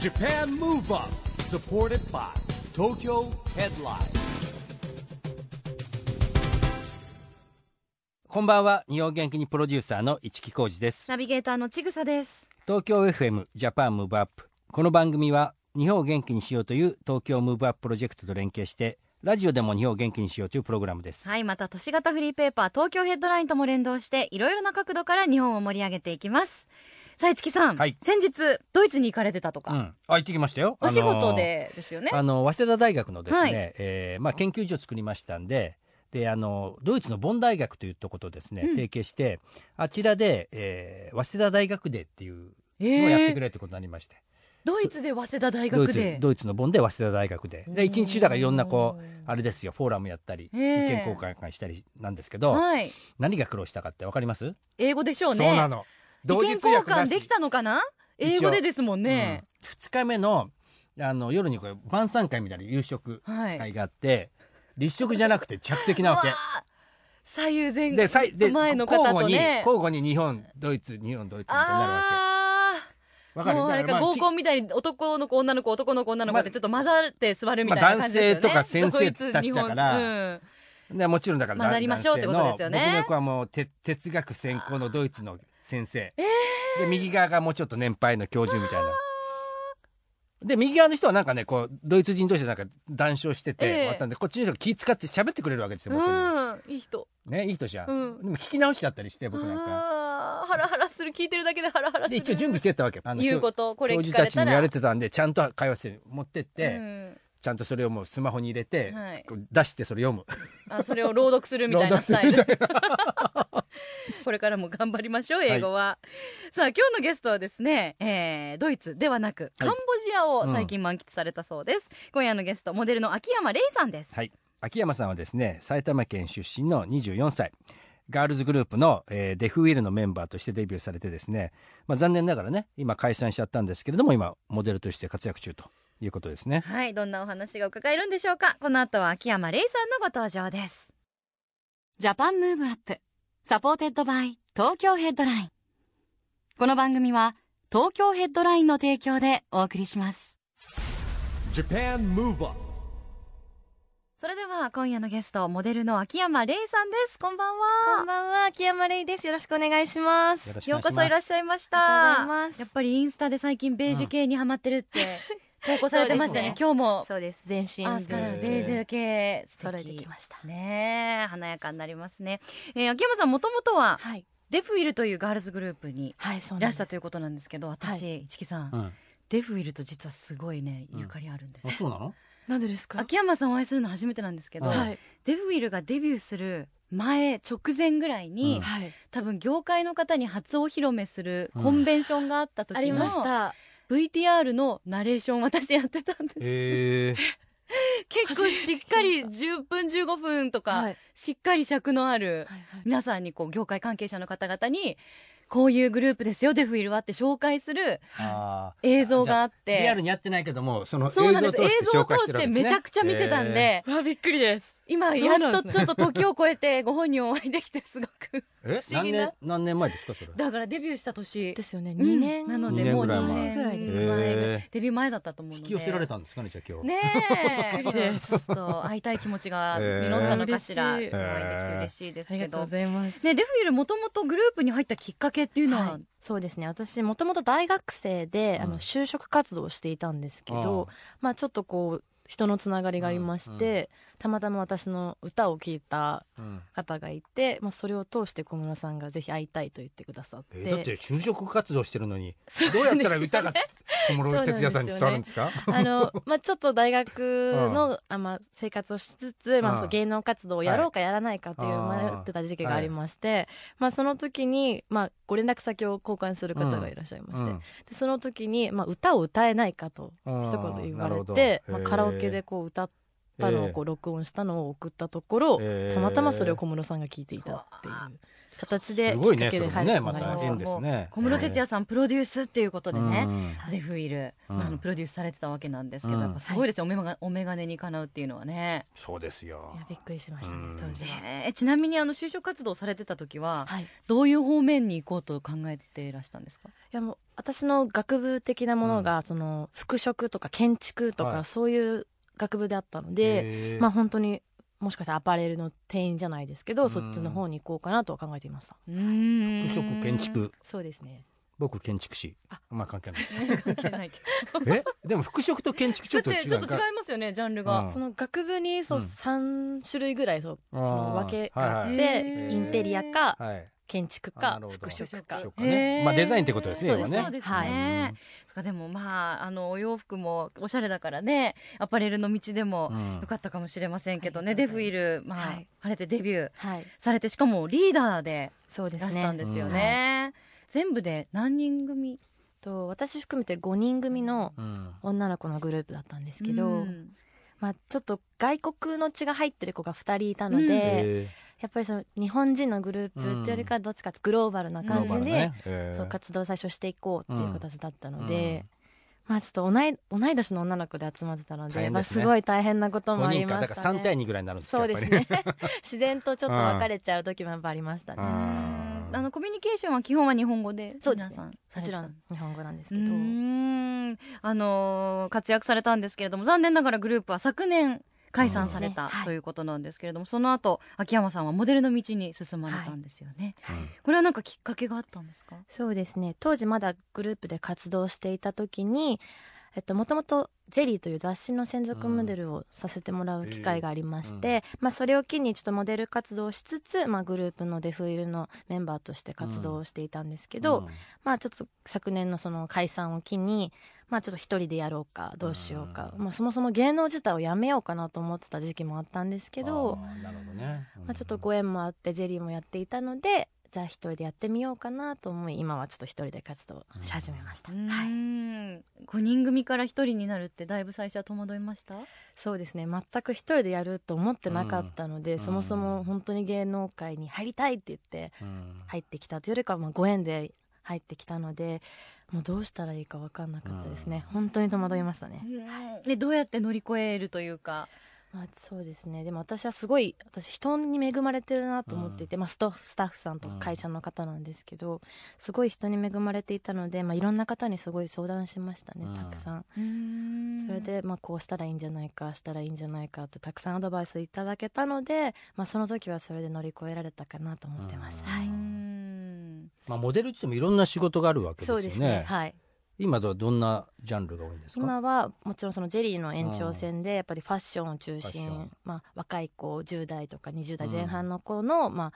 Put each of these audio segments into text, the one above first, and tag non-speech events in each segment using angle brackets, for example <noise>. JAPAN MOVE UP SUPPORTED BY TOKYO HEADLINE こんばんは日本元気にプロデューサーの市木浩司ですナビゲーターのちぐさです。東京 FM ジャパンムーブアップこの番組は日本を元気にしようという東京ムーブアッププロジェクトと連携してラジオでも日本を元気にしようというプログラムです、はい、また都市型フリーペーパー東京ヘッドラインとも連動して、いろいろな角度から日本を盛り上げていきます。さあ、市木さん、はい先日ドイツに行かれてたとか、うん、あ行ってきましたよお仕事でですよね。あの早稲田大学のですね、はいえーまあ、研究所を作りましたんでであのドイツのボン大学というとことですね、うん提携してあちらで、えー早稲田大学デーっていうのをやってくえーれってことになりまして、ドイツで早稲田大ドイ学ツで。ドイツのボンで早稲田大学でおーで一日中だからいろんなこうあれですよフォーラムやったり、ええ意見交換会したりなんですけど、はい、何が苦労したかってわかります英語でしょうね。そうなの。意同見日交訳な換しできたのかな一応英語でですもんね。 2日目のあの夜にこれ晩餐会みたいな夕食はい。会があって、立食じゃなくて着席なわけ <laughs> うわ。ー左右前で、さいで前の交方互とに、ね。交互に日本、ドイツ、日本、ドイツみたいになるわああ。け。わかるもうあれだか、らま合コンみたいに男の子、女の子、男の子、女の子ってちょっと混ざって座るみたいまあな感じですよね。男性とか先生たちだからドイツ日本うんきねもちろんだから、混ざりましょうってことですよね男性の僕の子はもう、て哲学専攻のドイツの先生。で、右側がもうちょっと年配の教授みたいな。で、右側の人はなんかね、こう、ドイツ人同士でなんか談笑してて、ええ終わったんで、こっちの人が気使って喋ってくれるわけですよ、僕に。うん、いい人。ね、いい人じゃん。うんでも聞き直しちゃったりして、僕なんか。あーハラハラする、聞いてるだけでハラハラすで、る。一応準備してったわけ。あの言教うこと、これ教聞授かたれちにたら。言われてたんで、ちゃんと会話して持ってって、うんちゃんとそれをもうスマホに入れて、はいこう出してそれ読む。 <laughs> あそれを朗読するみたいなスタイル <laughs> <laughs> これからも頑張りましょう英語は、さあ今日のゲストはですね、えードイツではなくカンボジアを最近満喫されたそうです、今夜のゲストモデルの秋山レイさんですはい。秋山さんはですね、埼玉県出身の24歳。ガールズグループの、えーデフウィルのメンバーとしてデビューされてですね、まあ、残念ながらね今解散しちゃったんですけれども今モデルとして活躍中ということですね。はい、どんなお話が伺えるんでしょうか。この後は秋山レイさんのご登場です。ジャパンムーブアップ、サポーテッドバイ東京ヘッドライン。この番組は東京ヘッドラインの提供でお送りします。 JAPAN MOVE UP それでは今夜のゲスト、モデルの秋山レイさんです。こんばんこんは。ばんは、秋山レイです。よろしくお願いします。よろしくおよ願ういしまこすそいらっしゃいました。ありがとうございますやっぱりインスタで最近ベージュ系にハマってるって投稿されてましたね。そうですね今日もそうです。全身アースからのベージュ系素揃え敵てきました。ねえ華やかになりますね、えー、秋山さんもともとははい。デフィルというガールズグループにはい、そういらなんしでたす。ということなんですけど私、市木さん、うん、デフィルと実はすごいねゆかりあるんです、そうなの <laughs> なんでですか秋山さんお会いするの初めてなんですけど、うんはい。デフィルがデビューする前直前ぐらいに、うんはい。多分業界の方に初お披露目するコンベンションがあった時ありのました。 VTR のナレーション私やってたんです、え結構しっかり10分15分とか、はい。しっかり尺のあるはいはい <laughs> 皆さんにこう業界関係者の方々にこういうグループですよデフィルはって紹介するあ <laughs> 映像があっーリアルてにやってないけどもその映像そうなんでをす通し映て像を紹介し通てるしわけてですねめちゃくちゃ見てたんで、わあ、びっくりです。今そうやなんですねっとちょっと時を超えてご本人お会いできてすご <laughs> くえーえ不思何議な年何年前ですかそれだからデビューした年ですよね。うん2年。なの二で年もうぐらい2前年ぐらいですへー前ぐらいデビュー前だったと思うの引でき寄せられたんですかねじゃあ今日、ね <laughs> えびっくりですちょっと会いたい気持ちが実ったのかしら、へーお会いできて嬉しいですありけがとうごどざいます。ね、デフィルもともとグループに入ったきっかけっていうのは、はい、そうですね私もともと大学生で、あうんの就職活動をしていたんですけどあまあちょっとこう人のつながりがありまして、うんたまたま私の歌を聴いたうん方がいて、まあ、それを通して小室さんがぜひ会いたいと言ってくださって、えーだって就職活動してるのにそうどうやったらです歌がつ小 <laughs> そう室なんで哲すよ哉ねさんに伝わるんですかあの、まあ、ちょっと大学の、あまあ、生活をしつつ、まあ、そううん芸能活動をやろうかやらないかというはい迷ってた時期がありまして、まあ、その時に、まあ、ご連絡先を交換する方がいらっしゃいまして、うんでその時に、まあ、歌を歌えないかとあー一言言なわるれほどて、へーまあ、カラオケでこう歌っパのをこう録音したのを送ったところ、ええたまたまそれを小室さんが聞いていたっていう形できすっごいかねけそれでも入るねことまになりたました縁ですね小室哲也さんプロデュースっていうことでね、うんデフイル、うんあのプロデュースされてたわけなんですけうど、んやっぱすごいですよ、おめがお眼鏡にかなうっていうのはね、そうですよいやびっくりしましたねうん当時は、えーちなみにあの就職活動されてた時は、はい、いどういう方面に行こうと考えていらしたんですかやもう私の学部的なものが、その服飾とか建築とか、はいそういう学部であったので、でまあ本当にもしかしたらアパレルの店員じゃないですけど、うんそっちの方に行こうかなとは考えていました服服飾建 <laughs> 築そうですね僕建築士あまあ関係 <laughs> ない関係ないけえでも服飾と建築ちょどっとだっ違てちょうっと違いますよねジャンルうがんその学部にそううん3種類ぐらいそうそあーの分けがあはいっはいてへーインテリアかはい建築あなかるほど服飾か服飾へねーまあデザインってことですねそうですね要そうはですはいね、そっかでもまああのお洋服もおしゃれだからねアパレルの道でもうんうんよかったかもしれませんけどね、ありデがとうフございイまル、まあはい晴れてデビューはいされてしかもリーダーでそうでいすらしたんねですよねうん全部で何人組と私含めて5人組のうん女の子のグループだったんですけど、うんまあ、ちょっと外国の血が入ってる子が2人いたのうんで、えやっぱりその日本人のグループっていうよりかはどっちかっていうとグローバルなー感じグローバルで、ねえーそう活動を最初していこうっていう形だったのうで、んまあちょっと同い同い年の女の子で集まってたので大変まあ、ですねすごい大変なことも5あり人かまだしからたね。 3対2ぐらいになるんですかそうですやっね <laughs> 自然とちょっと別れちゃう時もやっぱありましたぱりね。ねうんあのコミュニケーションは基本は日本語でそうです皆ねさんさもれちてたんろでん日本語なんですすけけどどうーんあのー活躍されたんですけれども残念ながらグループは昨年解散されうんたはいということなんですけれども、その後秋山さんはモデルの道に進まれたんですよね、うんこれはなんかきっかけがあったんですかそうですね当時まだグループで活動していた時にえっともともと「ジェリーという雑誌の専属モデルをさせてもらう機会がありまして、ええまあ、それを機にちょっとモデル活動をしつつ、まあ、グループのデフイルのメンバーとして活動をしていたんですけど、うんまあ、ちょっと昨年のその解散を機に、まあ、ちょっと一人でやろうかどうしようか、うんまあ、そもそも芸能自体をやめようかなと思ってた時期もあったんですけどあーなるほどねまあ、ちょっとご縁もあってジェリーもやっていたのでじゃあ一人でやってみようかなと思い今はちょっと一人で活動し始めました、うーんはい、 5人組から1人になるってだいぶ最初は戸惑いましたそうですね全く一人でやると思ってなかったので、んそもそも本当に芸能界に入りたいって言ってうん入ってきたというよりかはまあご縁で入ってきたのでもうどうしたらいいか分かんなかったですね、本当に戸惑いましたね、でどうやって乗り越えるというかまあ、そうですねでも私はすごい私人に恵まれてるなと思っていて、まあ、ストスタッフさんとか会社の方なんですけど、すごい人に恵まれていたので、まあ、いろんな方にすごい相談しましたね、うんたくさんそそれで、まあ、こうしたらいいんじゃないかああしたらいいんじゃないかってたくさんアドバイスいただけたので、まあ、その時はそれで乗り越えられたかなと思ってます、うんはい、まあモデルって言ってもいろんな仕事があるわけですそようねですねはい今ではどんなジャンルが多いんですか今はもちろんそのジェリーの延長線でやっぱりファッションを中ファッション心、まあ、若い子10代とか20代前半の子の、まあ、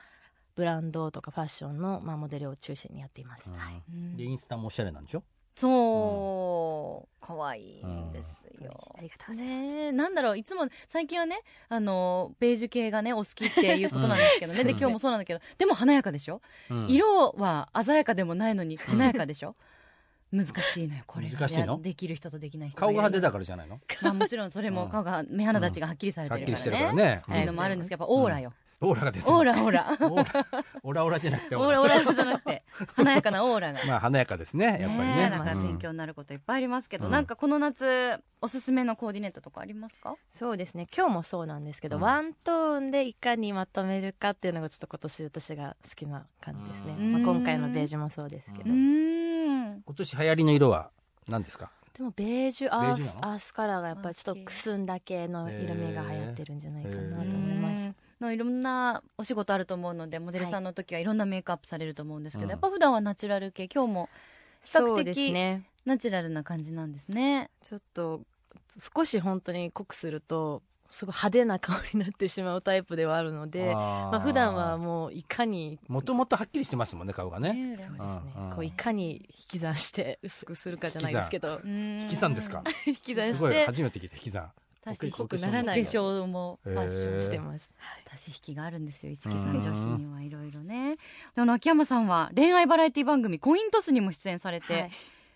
ブランドとかファッションの、まあ、モデルを中心にやっています、うんはい、でインスタもおしゃれなんでしょそう可愛いんですよありがとうございますねえなんだろういつも最近はねあのベージュ系がねお好きっていうことなんですけど <laughs> ねうんで今日もそうなんだけどでも華やかでしょうん色は鮮やかでもないのに華やかでしょ難しいのよこれが難しいのできる人とできない人顔が派手だかからじゃないのら、まあ、もちろんそれも顔が目鼻立ちがはっきりされはてっるきかりらしてるかねらねっていうのもあるんですけどやっぱオーラよ、うんオーラが出てるオーラオー <laughs> ラオーラオラオラじゃなくてオーラオーラじゃなくて華やかなオーラが、まあ華やかですねやっぱりねえねなんかうん勉強になることいっぱいありますけど、うんなんかこの夏おすすめのコーディネートとかありますか、そうですね今日もそうなんですけど、うんワントーンでいかにまとめるかっていうのがちょっと今年私が好きな感じですね、うんまあ、今回のベージュもそうですけど、うう今ん年流行りの色は何ですかでもベージュアーベースジュなアースカラーがやっぱりちょっとくすんだ系の色味が流行ってるんじゃないかなと思います、のいろんなお仕事あると思うのでモデルさんの時はいろんなメイクアップされると思うんですけど、うんやっぱ普段はナチュラル系今日も比較的そうですねナチュラルな感じなんですね。ちょっと少し本当に濃くするとすごい派手な顔になってしまうタイプではあるのでまあ、普段はもういかにもともとはっきりしてますもんね顔がねそうですねうんうんこういかに引き算して薄くするかじゃないですけど引引き算ですか引き算すしごいて初めて聞いた引き算足し引き濃くなら化ないよ粧もファッションへえししててます、はい足し引きがあるんですよ一木さんうん女子にはいろいろね。であの秋山さんは恋愛バラエティ番組「コイントス」にも出演されて、はい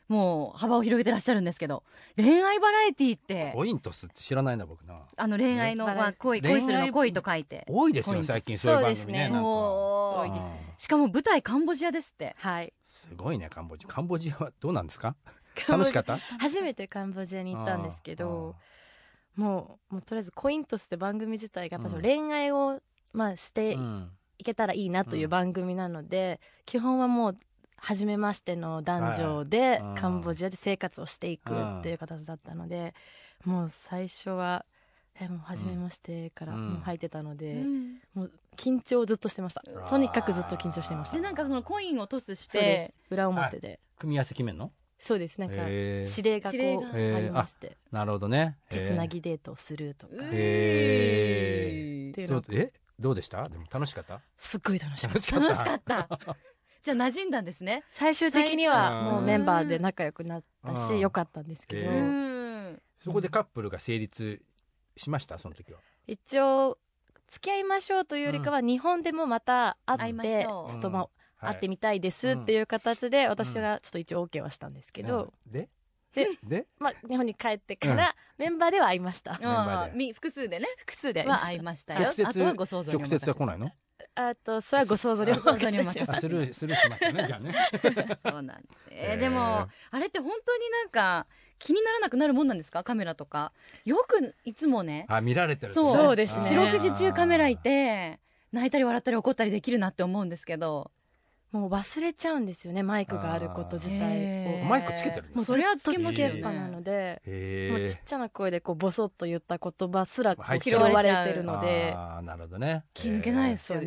もう幅を広げてらっしゃるんですけど恋愛バラエティってコイントスって知らないな僕なあの恋愛の、ねまあ、恋恋愛恋するの恋と書いて多いですよコイねントス最近そういう番組ねそうでなすねんかそう多いですねうんしかも舞台カンボジアですってはいすごいねカンボジアカンボジアはどうなんです <laughs> か楽しかった初めてカンボジアに行ったんですけどもうもうとりあえずコイントスって番組自体がやっぱうん恋愛を、まあ、しうてんいけたらいいなという番組なので、基本はもう初めましての男女いではいうんカンボジアで生活をしていくっていう形だったので、もう最初はえもう初めましてからうんもう入ってたので、うんもう緊張をずっとしてましたうんとにかくずっと緊張してましたでなんかそのコインをトスしそうでてす裏表で組み合わせ決めんのそうですなんかへー指令がこ指令うがありましてなるほどね手つなへぎデートをするとかうーえっていうどのうえどうでしたでも楽しかったすっごい楽しかっ楽たしかった楽し <laughs> かったじゃあ馴染んだんですね最終的にはもうメンバーで仲良くなったうんし良かったんですけど、へうーんそこでカップルが成立しましたその時は一応付き合いましょうというよりかは日本でもまた会会いっまてしちょうょっとまあはい会ってみたいですっていう形で私はちょっと一応 OK はしたんですけうどんでででまあ日本に帰ってからメンバーでは会いましたメンバーあでーみ複数でね複数で会いまはし会いたましたよ直接あとはご想像にお直任せ接は来ないのあとそれはご想像でお任せしまごす想像にお任あスルースルーしましたねじゃあね <laughs> そうなんです、えへーー、でもあれって本当になんか気にならなくなるもんなんですかカメラとかよくいつもねあ見られてるそうそうですね四六時中カメラいて泣いたり笑ったり怒ったりできるなって思うんですけど <laughs> もう忘れちゃうんですよねマイクがあること自体へーをマイクつけてるのもうそれはつずっけとまつけけるっぱなねのでもうへちっちゃな声でこうボソッと言った言葉すらこ入っうちゃ拾うわれてるのであーなるほどね気抜けないですすよ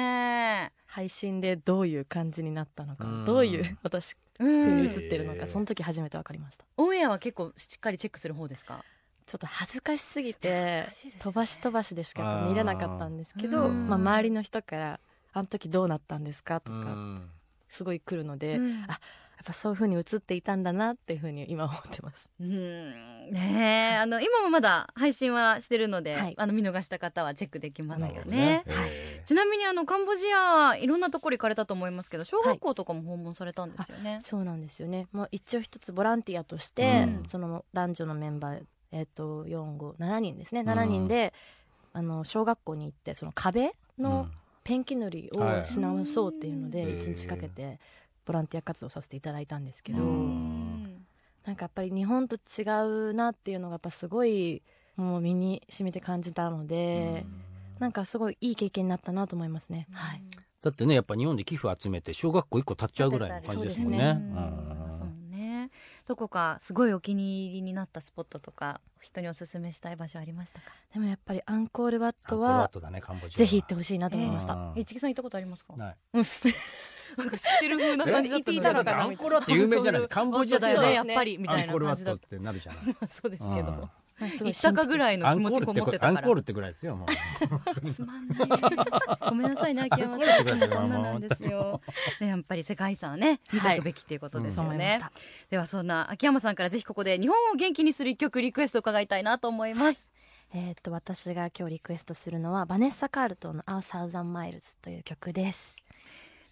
ね配信でどういう感じになったのかうんどういう私う風んに映ってるのか、うんその時初めて分かりましたオンエアは結構しっかりチェックする方ですかちょっと恥ずかしすぎて恥ずかしいですね飛ばし飛ばしでしかやっぱ見れなかったんですけあど、ーまあ、周りの人から「あの時どうなったんですか?」とかんすごい来るので、うやっんぱそういう風に映っていたんだなっていう風に今思ってますうんねえあの今もまだ配信はしてるので、はいあの見逃した方はチェックできますなよるほどねねへちなみにあのカンボジアいろんなところ行かれたと思いますけど小学校とかも訪問されたんですよね、 <laughs> そうなんですよね、まあ、一応一つボランティアとして、うんその男女のメンバー、えっと457人ですね7人で、あの小学校に行ってその壁ーの、うんペンキ塗りはをいし直そうっていうのへでー1日かけてボランティア活動させていただいたんですけうどんなんかやっぱり日本と違うなっていうのがやっぱすごいもう身に染みて感じたのでなんかすごいいい経験になったなと思いますね。はい、だってねやっぱ日本で寄付集めて小学校一個立っちゃうぐらいの感じですもんねそうでうんんそうねどこかすごいお気に入りになったスポットとか人におすすめしたい場所ありましたかでもやっぱりアンコールワッアンコトールワッはトだねカンボジアはぜひ行ってほしいなと思いました。うんえ市木さん行ったことありますかないうん知ってなんか知ってる風な感じだったのにえ行っていただのかってなアンコールワット有名じゃないカンボジアだでよはねやっぱりみたアいンなコールワ感じッだトっったてなるじゃないまあ <laughs> そうですけどはいすご行いったかぐらいアの気ンコ持ーちルこってもっこてアたンかコールらってぐらいですよもうつまんねえごめんなさいね秋山アさンんコールそうってぐらいだななんですよねやっぱり世界遺産はね見ておくべきということですそうよ思いまね、した。ではそんな秋山さんからぜひここで日本を元気にする一曲リクエスト伺いたいなと思いますえーっと私が今日リクエストするのはバネッサカールトンの「Our Thousand Miles」という曲です。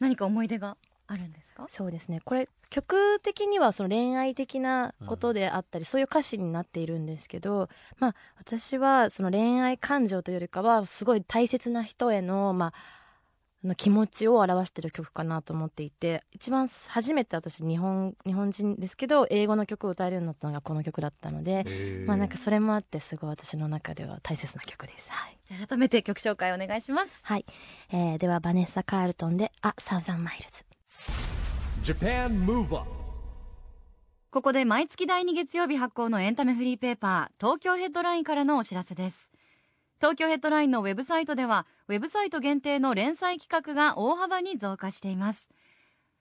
何か思い出があるんですかそうですねこれ曲的にはその恋愛的なことであったり、そういう歌詞になっているんですけど、まあ、私はその恋愛感情というよりかはすごい大切な人への,、まあ、あの気持ちを表している曲かなと思っていて一番初めて私日本日本人ですけど英語の曲を歌えるようになったのがこの曲だったので、まあ、なんかそれもあってすごい私の中では大切な曲です。はいじゃあ改めて曲紹介お願いしますはいえーではバネッサ・カールトンで「あサウザンマイルズ」 Japan Move Up ここで毎月第2月曜日発行のエンタメフリーペーパー東京ヘッドラインからのお知らせです東京ヘッドラインのウェブサイトではウェブサイト限定の連載企画が大幅に増加しています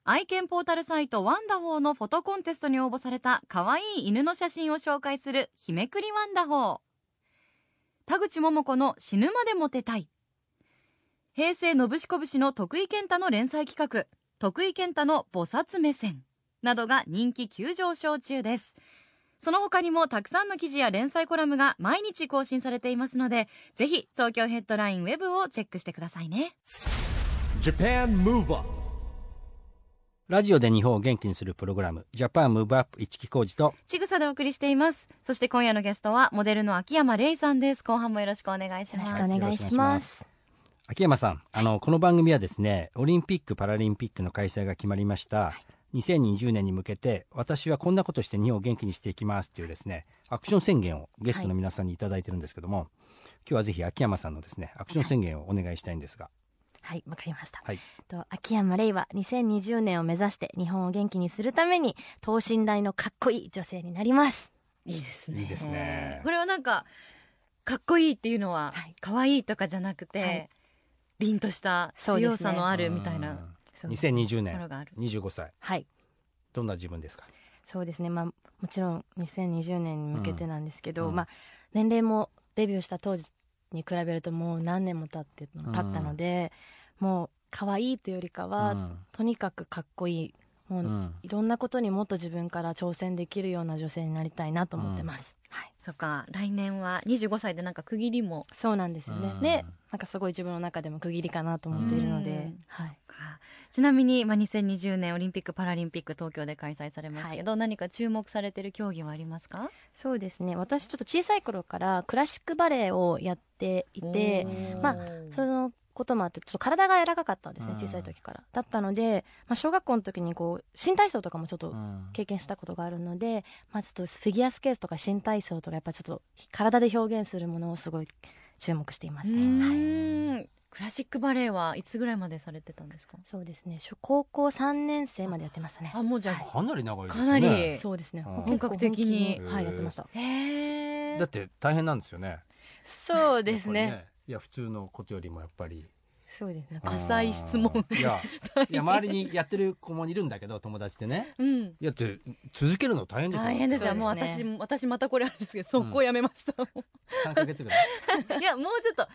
愛犬ポータルサイトワンダホーのフォトコンテストに応募された可愛い犬の写真を紹介する日めくりワンダホー田口桃子の死ぬまでモテたい平成のぶしこぶしの徳井健太の連載企画徳井健太の菩薩目線などが人気急上昇中ですその他にもたくさんの記事や連載コラムが毎日更新されていますのでぜひ東京ヘッドラインウェブをチェックしてくださいね Japan Move Up ラジオで日本を元気にするプログラム、ジャパンムーブアップ一木工事と、ちぐさでお送りしています。そして今夜のゲストはモデルの秋山レイさんです。後半もよろしくお願いしよろましす。くお願いします。秋山さん、あの、この番組はですね、オリンピック・パラリンピックの開催が決まりました。2020年に向けて、私はこんなことして日本を元気にしていきますっていうですね、アクション宣言をゲストの皆さんにいただいてるんですけども、今日はぜひ秋山さんのですね、アクション宣言をお願いしたいんですが。はい、わかりました。はい。と秋山レイは2020年を目指して日本を元気にするために等身大のかっこいい女性になります。いいですいいね。ですねこ。れはなんかかっこいいっていうのははい可愛いとかじゃなくて、はい凛としたそうです強ねさのあるみたいなうん。そう2020とこ年、ろがある。 25歳。はい。どんな自分ですかそうですね、まあ、もちろん2020年に向けてなんですけど、うんまあ、年齢もデビューした当時に比べるともう何年も経って経んったので、もう可愛いというよりかは、うんとにかくかっこいいもう、うんいろんなことにもっと自分から挑戦できるような女性になりたいなと思ってます。はい、そっか来年は25歳でなんか区切りもそうなんですよね、うんでなんかすごい自分の中でも区切りかなと思っているので、うんはい、かちなみに、まあ、2020年オリンピック・パラリンピック東京で開催されますけど、何か注目されてる競技はありますかそうですね私ちょっと小さい頃からクラシックバレエをやっていて、まあそのこともあってちょっと体が柔らかかったんですねうん小さい時からだったので、まあ、小学校の時にこう新体操とかもちょっとうん経験したことがあるので、まあ、ちょっとフィギュアスケートとか新体操とかやっぱちょっと体で表現するものをすごい注目していますうね。ーんクラシックバレエはいつぐらいまでされてたんですかそうですね初高校3年生までやってましたねあもうじゃあ、かなり長いですね。かなりそうですねうん結構本格的に本気はいやってましたへえだって大変なんですよね。そうですやっぱりね。いや普通のことよりもやっぱりそうですね浅い質問うんいやいや周りにやってる子もいるんだけど友達でね。うんいやって続けるの大変ですよ。大変ですよそうですねもう私も私またこれあるんですけど速攻やめました、三ヶ月ぐらい。 <laughs> いやもうちょっと4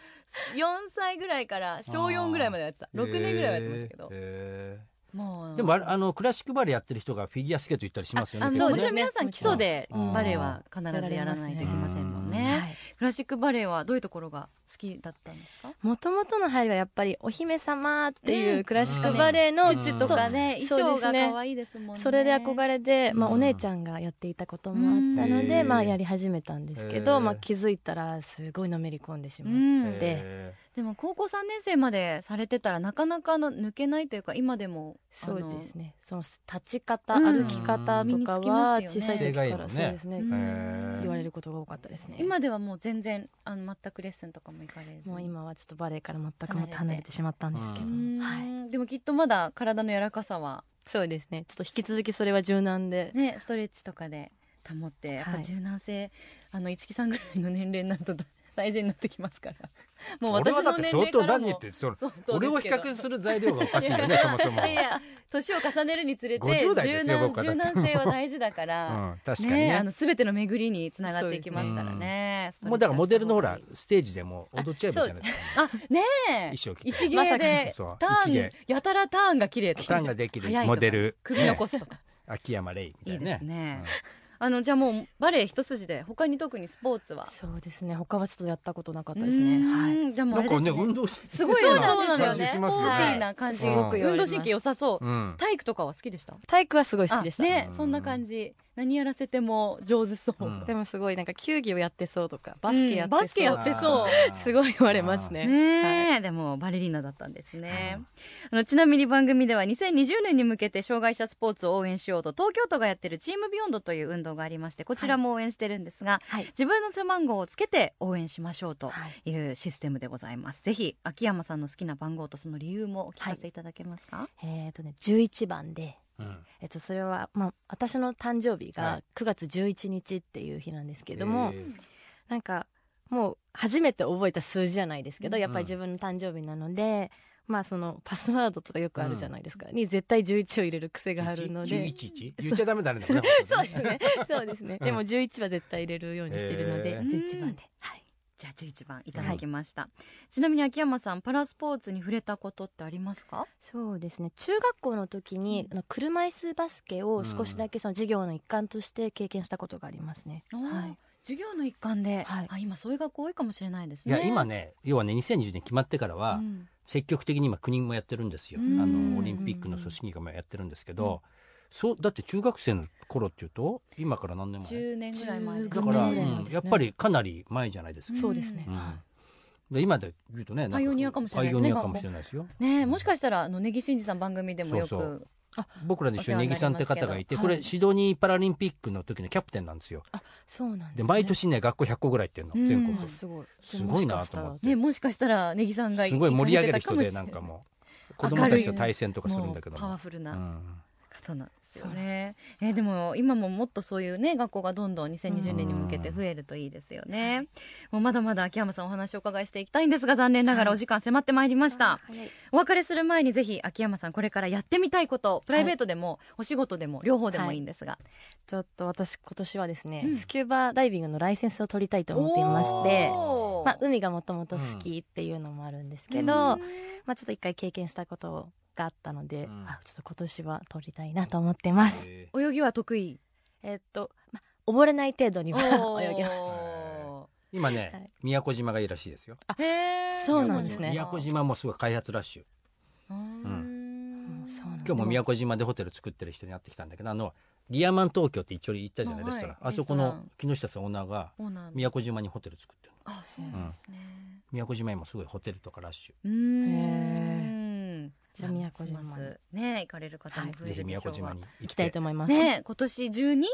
歳ぐらいから小4ぐらいまでやってた6年ぐらいはやってましたけど、へもーうでもあれあのクラシックバレエやってる人がフィギュアスケート行ったりしますよね。あ結も構ねうもちろん皆さん基礎でうんバレエは必ずやらないといけませんもんね、クラシックバレエはどういうところが好きだったんですかもともとの入りはやっぱりお姫様ってういんうクラシックバレエのチュチュとかねそう衣装がそうですね可愛いですもそれで憧れで、まあ、うんお姉ちゃんがやっていたこともあったのへで、ーまあ、やり始めたんですけど、へーまあ、気づいたらすごいのめり込んでしうまう、ん、でへでも高校3年生までされてたらなかなかあの抜けないというか今でもあそのうですねその立ち方、うん歩き方とかは身につきます小よねさい姿時から、そう勢がいいもんねですね、うんー言われへることが多かったですね今ではもう全然あの全くレッスンとかも行かれずもう今はちょっとバレエから全くもって離離れれててしまったんですけど、うんはい、でもきっとまだ体の柔らかさはそうですねちょっと引き続きそれは柔軟で、ねストレッチとかで保ってやっぱ柔軟性、あの一木さんぐらいの年齢になるとだ <laughs> 大事になってきま <laughs> すからもう俺私はだのって年相齢当から何も言ってそれ相当俺でをす比けど較する材料がおかしいよねそもそも。いやいや年を重ねるにつれて50代で柔すよ軟僕はだ柔って軟性は大事だ <laughs> かうら、ん確かにねあねの。全ての巡りにつながっていきますかそらうですねストレもッチはうだからモデルのほらしステージでもう踊っちゃえばいいじゃないですか。た方がいいあねえ衣装着て一ま芸さかでの <laughs> そうターン一芸やたらターンが綺麗とか負担ができる早いとかモデル首残すとか、秋山レイみたいいいなね。ですね、あのじゃあもうバレエ一筋で他に特にスポーツはそうですね他はちょっとやったことなかったですね、うはいーんじゃあうんもうあなんれでかすねね運動してすごいそう運動ななんんんでですすよねよねスポーティーな感じ、すごく言わ運れま動す神経良さそう、うん。体育とかは好きでした体育はすごい好あきでしたね、うんそんな感じ何やらせても上手そう、うんでもすごいなんか球技をやってそうとかバスケやってうんそう、バスケやってそうあーすごい言われますね。ねえ、はいでもバレリーナだったんですね、うんあのちなみに番組では2020年に向けて障害者スポーツを応援しようと東京都がやってるチームビヨンドという運動がありましてこちらも応援してるんですが、はい自分の背番号をつけて応援しましょうとはいいうシステムでございますぜひ秋山さんの好きな番号とその理由もお聞かせいただけますか、えっ、とね11番で、うんえっと、それは、まあ、私の誕生日はがい9月11日っていう日なんですけども、えーなんかもう初めて覚えた数字じゃないですけうど、んやっぱり自分の誕生日なので。まあそのパスワードとかよくあるじゃないですか、に絶対11を入れる癖があるの <laughs> で1111言っちゃダメだね。でもねそうですねそうですねでも11は絶対入れるようにしてるので、へー11番ではいじゃあ11番いただきました、ちなみに秋山さんパラスポーツに触れたことってありますかそうですね中学校の時に、あの車椅子バスケを少しだけその授業の一環として経験したことがありますね、おーはい、授業の一環で、はいあ今そういう学校多いかもしれないですいねや今ね要はね2020年決まってからうはん積極的に今国もやってるんですよあうんのオリンピックの組織委員会もやってるんですけど、そうだって中学生の頃っていうと今から何年前10年ぐらい前だ15から、年ぐらい前うんですねやっぱりかなり前じゃないですか、そうですね、うんはで今で言うとねんパイオニアかもしれないですねパイオニアかもしれないですよねえもしかしたらあの根岸真二さん番組でもよそうそく僕らで一緒にお世話ネギになりますさんって方がいてけどこはれいシドニーパラリンピックの時のキャプテンなんですよいそうなんです、ね、で毎年ね学校100校ぐらい行ってるの全う国んあすごいすごいなと思っでてねもしかしたら根岸さんがすごい盛り上げる人で行なかれんてたかももう子供たちと対戦とかしすれなるんいだけどもうパワもフルうなん方なんですよね、えーでも今ももっとそういうね学校がどんどん2020年に向けて増えるといいですよね、もうまだまだ秋山さんお話をお伺いしていきたいんですが残念ながらお時間迫ってまいりました、お別れする前にぜひ秋山さんこれからやってみたいことプライベートでもお仕事でも両方でもいいんですが、ちょっと私今年はですね、うんスキューバダイビングのライセンスを取りたいと思っていましておーまあ、海がもともと好きっていうのもあるんですけど、うんまあ、ちょっと一回経験したことがあったので、うんあちょっと今年は撮りたいなと思ってます。え泳ぎは得意えっと、まあ、溺れない程度には <laughs> 泳 <laughs> ぎます。おー今はねい宮古島がいいらしいですよーへーそうなんですね宮古島もすごい開発ラッシュうーんうんそうなんだ今日も宮古島でホテル作ってる人に会ってきたんだけどあのリアマン東京って一応行ったじゃないあレはいストランレあストラそンこの木下さんオーナーがそうなんだ宮古島にホテル作ってるのあそうなんですね、宮古島今すごいホテルとかラッシュうーん。じゃあ宮古島にますますね行かれる方も増えぜるでひしょう宮が古島に行行ききたたいいとと思います。ね今年中に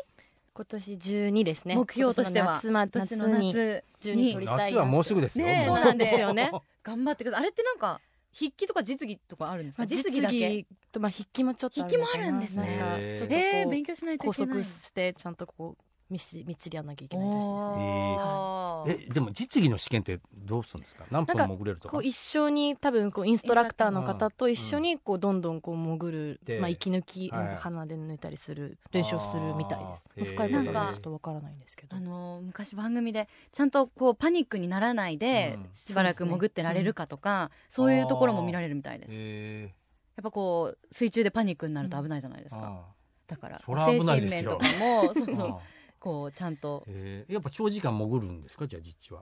今年12ですね。目標としては今年の夏年まの夏に夏12撮りたいな夏はもうすぐですよ、ねえもそうなんですよね頑張ってくださいあれってなんか筆記とか実技とかあるんですかまあ、実技実だけ技と、まあ、筆記もちょっとのかな筆記もあるんですねなんかちょっとこえーう勉強しないとい拘けない束してちゃんとこうみっしみっちりやんなきゃいけないらしいですね。おー <laughs> えでも実技の試験ってどうするんですか何分なんか潜れるとかこう一緒に多分こうインストラクターの方と一緒にこうどんどんこう潜る、でまあ、息抜き、はいなんか鼻で抜いたりする練習をするみたいですあー深いこなとんはかちょっとわからないんですけどあのー <laughs> 昔番組でちゃんとこうパニックにならないでうんしばらく潜ってられるかとかそういうところも見られるみたいですやえっぱこう水中でパニックになると危ないじゃないでーすかあだからそりゃ危ないです面とよかもそうー <laughs> そうあーこうちゃんとえーやっぱ長時間潜るんですかじゃあ実地は、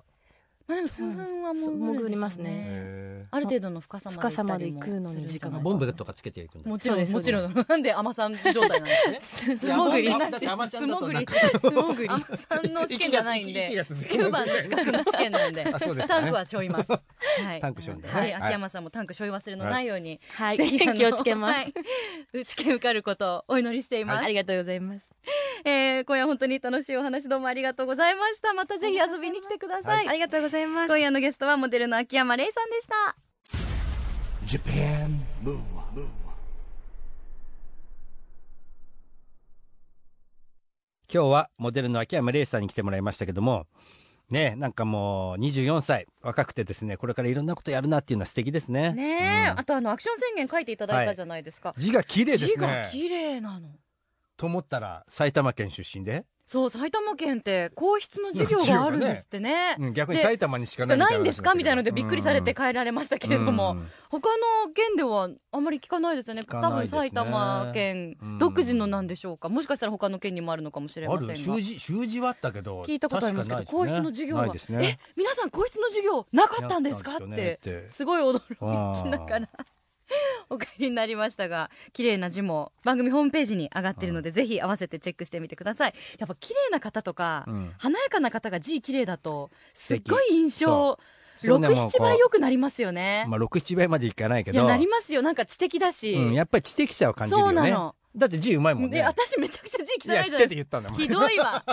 まあでも数分はもうそう潜りますねえある程度の深さまで深さまで行行くくののにに時時間間ー、がボンベとかつけていくんでもちろそうんですもちろんなんで甘さん状態なんですね素いや潜りあんなだっして甘ちゃんだと素潜なんりか素潜り甘さんの試験じゃないん息がで続スくキューバの資格の試験 <laughs> なんであそうですよねタンクは背負いますはいタンク背負うんだねはいはい秋山さんもタンク背負い忘れのないようには <laughs> いぜ <laughs> ひあの気をつけます、はい試験受かることをお祈りしていますありがとうございますえー今夜本当に楽しいお話どうもありがとうございましたまたぜひ遊びに来てくださいありがとうございます今夜のゲストはモデルの秋山玲さんでした Japan Move Up, 今日はモデルの秋山玲さんに来てもらいましたけどもねなんかもう24歳若くてですねこれからいろんなことやるなっていうのは素敵ですねねえ、うんあとあのアクション宣言書いていただいたじゃないですか、字が綺麗で字すがね綺麗なのと思ったら埼玉県出身で、そう埼玉県って皇室の授業があるんですってねうん逆にで埼玉にしかなないみたいんですかみたいなのでびっくりされて帰帰られましたけれども、他の県ではあんまり聞かないですよね聞か多ない分ですね埼玉県うん独自のなんでしょうか、もしかしたら他の県にもあるのかもしれあませんがる習字習字はあったけど聞いたことありますけど、確か皇ないですね室の授業は、ないですねえ皆さん皇室の授業なかったんですかなっかったんですよねて <laughs> ってすごい驚あきーながらお帰りになりましたが綺麗な字も番組ホームページに上がってるので、ぜひ合わせてチェックしてみてくださいやっぱ綺麗な方とか、うん華やかな方が字綺麗だとすっ敵ごい印象そうそれねもうこ67う倍良くなりますよね、まあ六七倍までいかないけいどやなりますよなんか知的だし、うんやっぱり知的さを感じるよねそうなのだって字うまいもんでね私めちゃくちゃ字い汚いやじ知ゃっなてていです言ったんだかもんひどいわ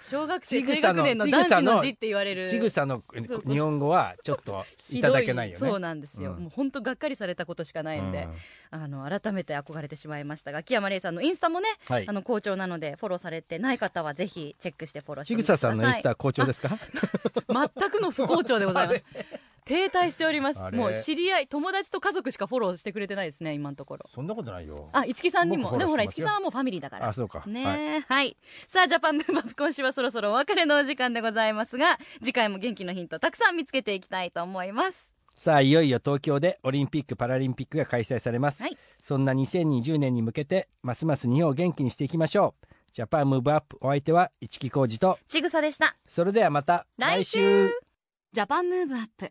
小学生ちぐ低さ学の年ちの男ぐさ子のの字って言われるちぐさのえそうそう日本語はちょっとひいどただけないよねそうなんですうよ、んもう本当がっかりされたことしかないんで、あの改めて憧れてしまいましたが木山玲さんのインスタもね、はいあの好調なのでフォローされてない方はぜひチェックしてフォローしてちみぐてくださささいんのインスタは好調ですかあ全くの不好調でござ <laughs> います停滞しておりますあれもう知り合い友達と家族しかフォローしてくれてないですね今のところ <laughs> そんなことないよあ一木さんにも僕でフもほォらローしてますよ一木さんはもうファミリーだからあそうかねえはい、さあジャパンムーブアップ今週はそろそろお別れのお時間でございますが次回も元気のヒントたくさん見つけていきたいと思いますさあいよいよ東京でオリンピック・パラリンピックが開催されます、はいそんな2020年に向けてますます日本を元気にしていきましょうジャパンムーブアップお相手は市木浩二とちぐさでしたそれではまた来週ジャパンムーブアップ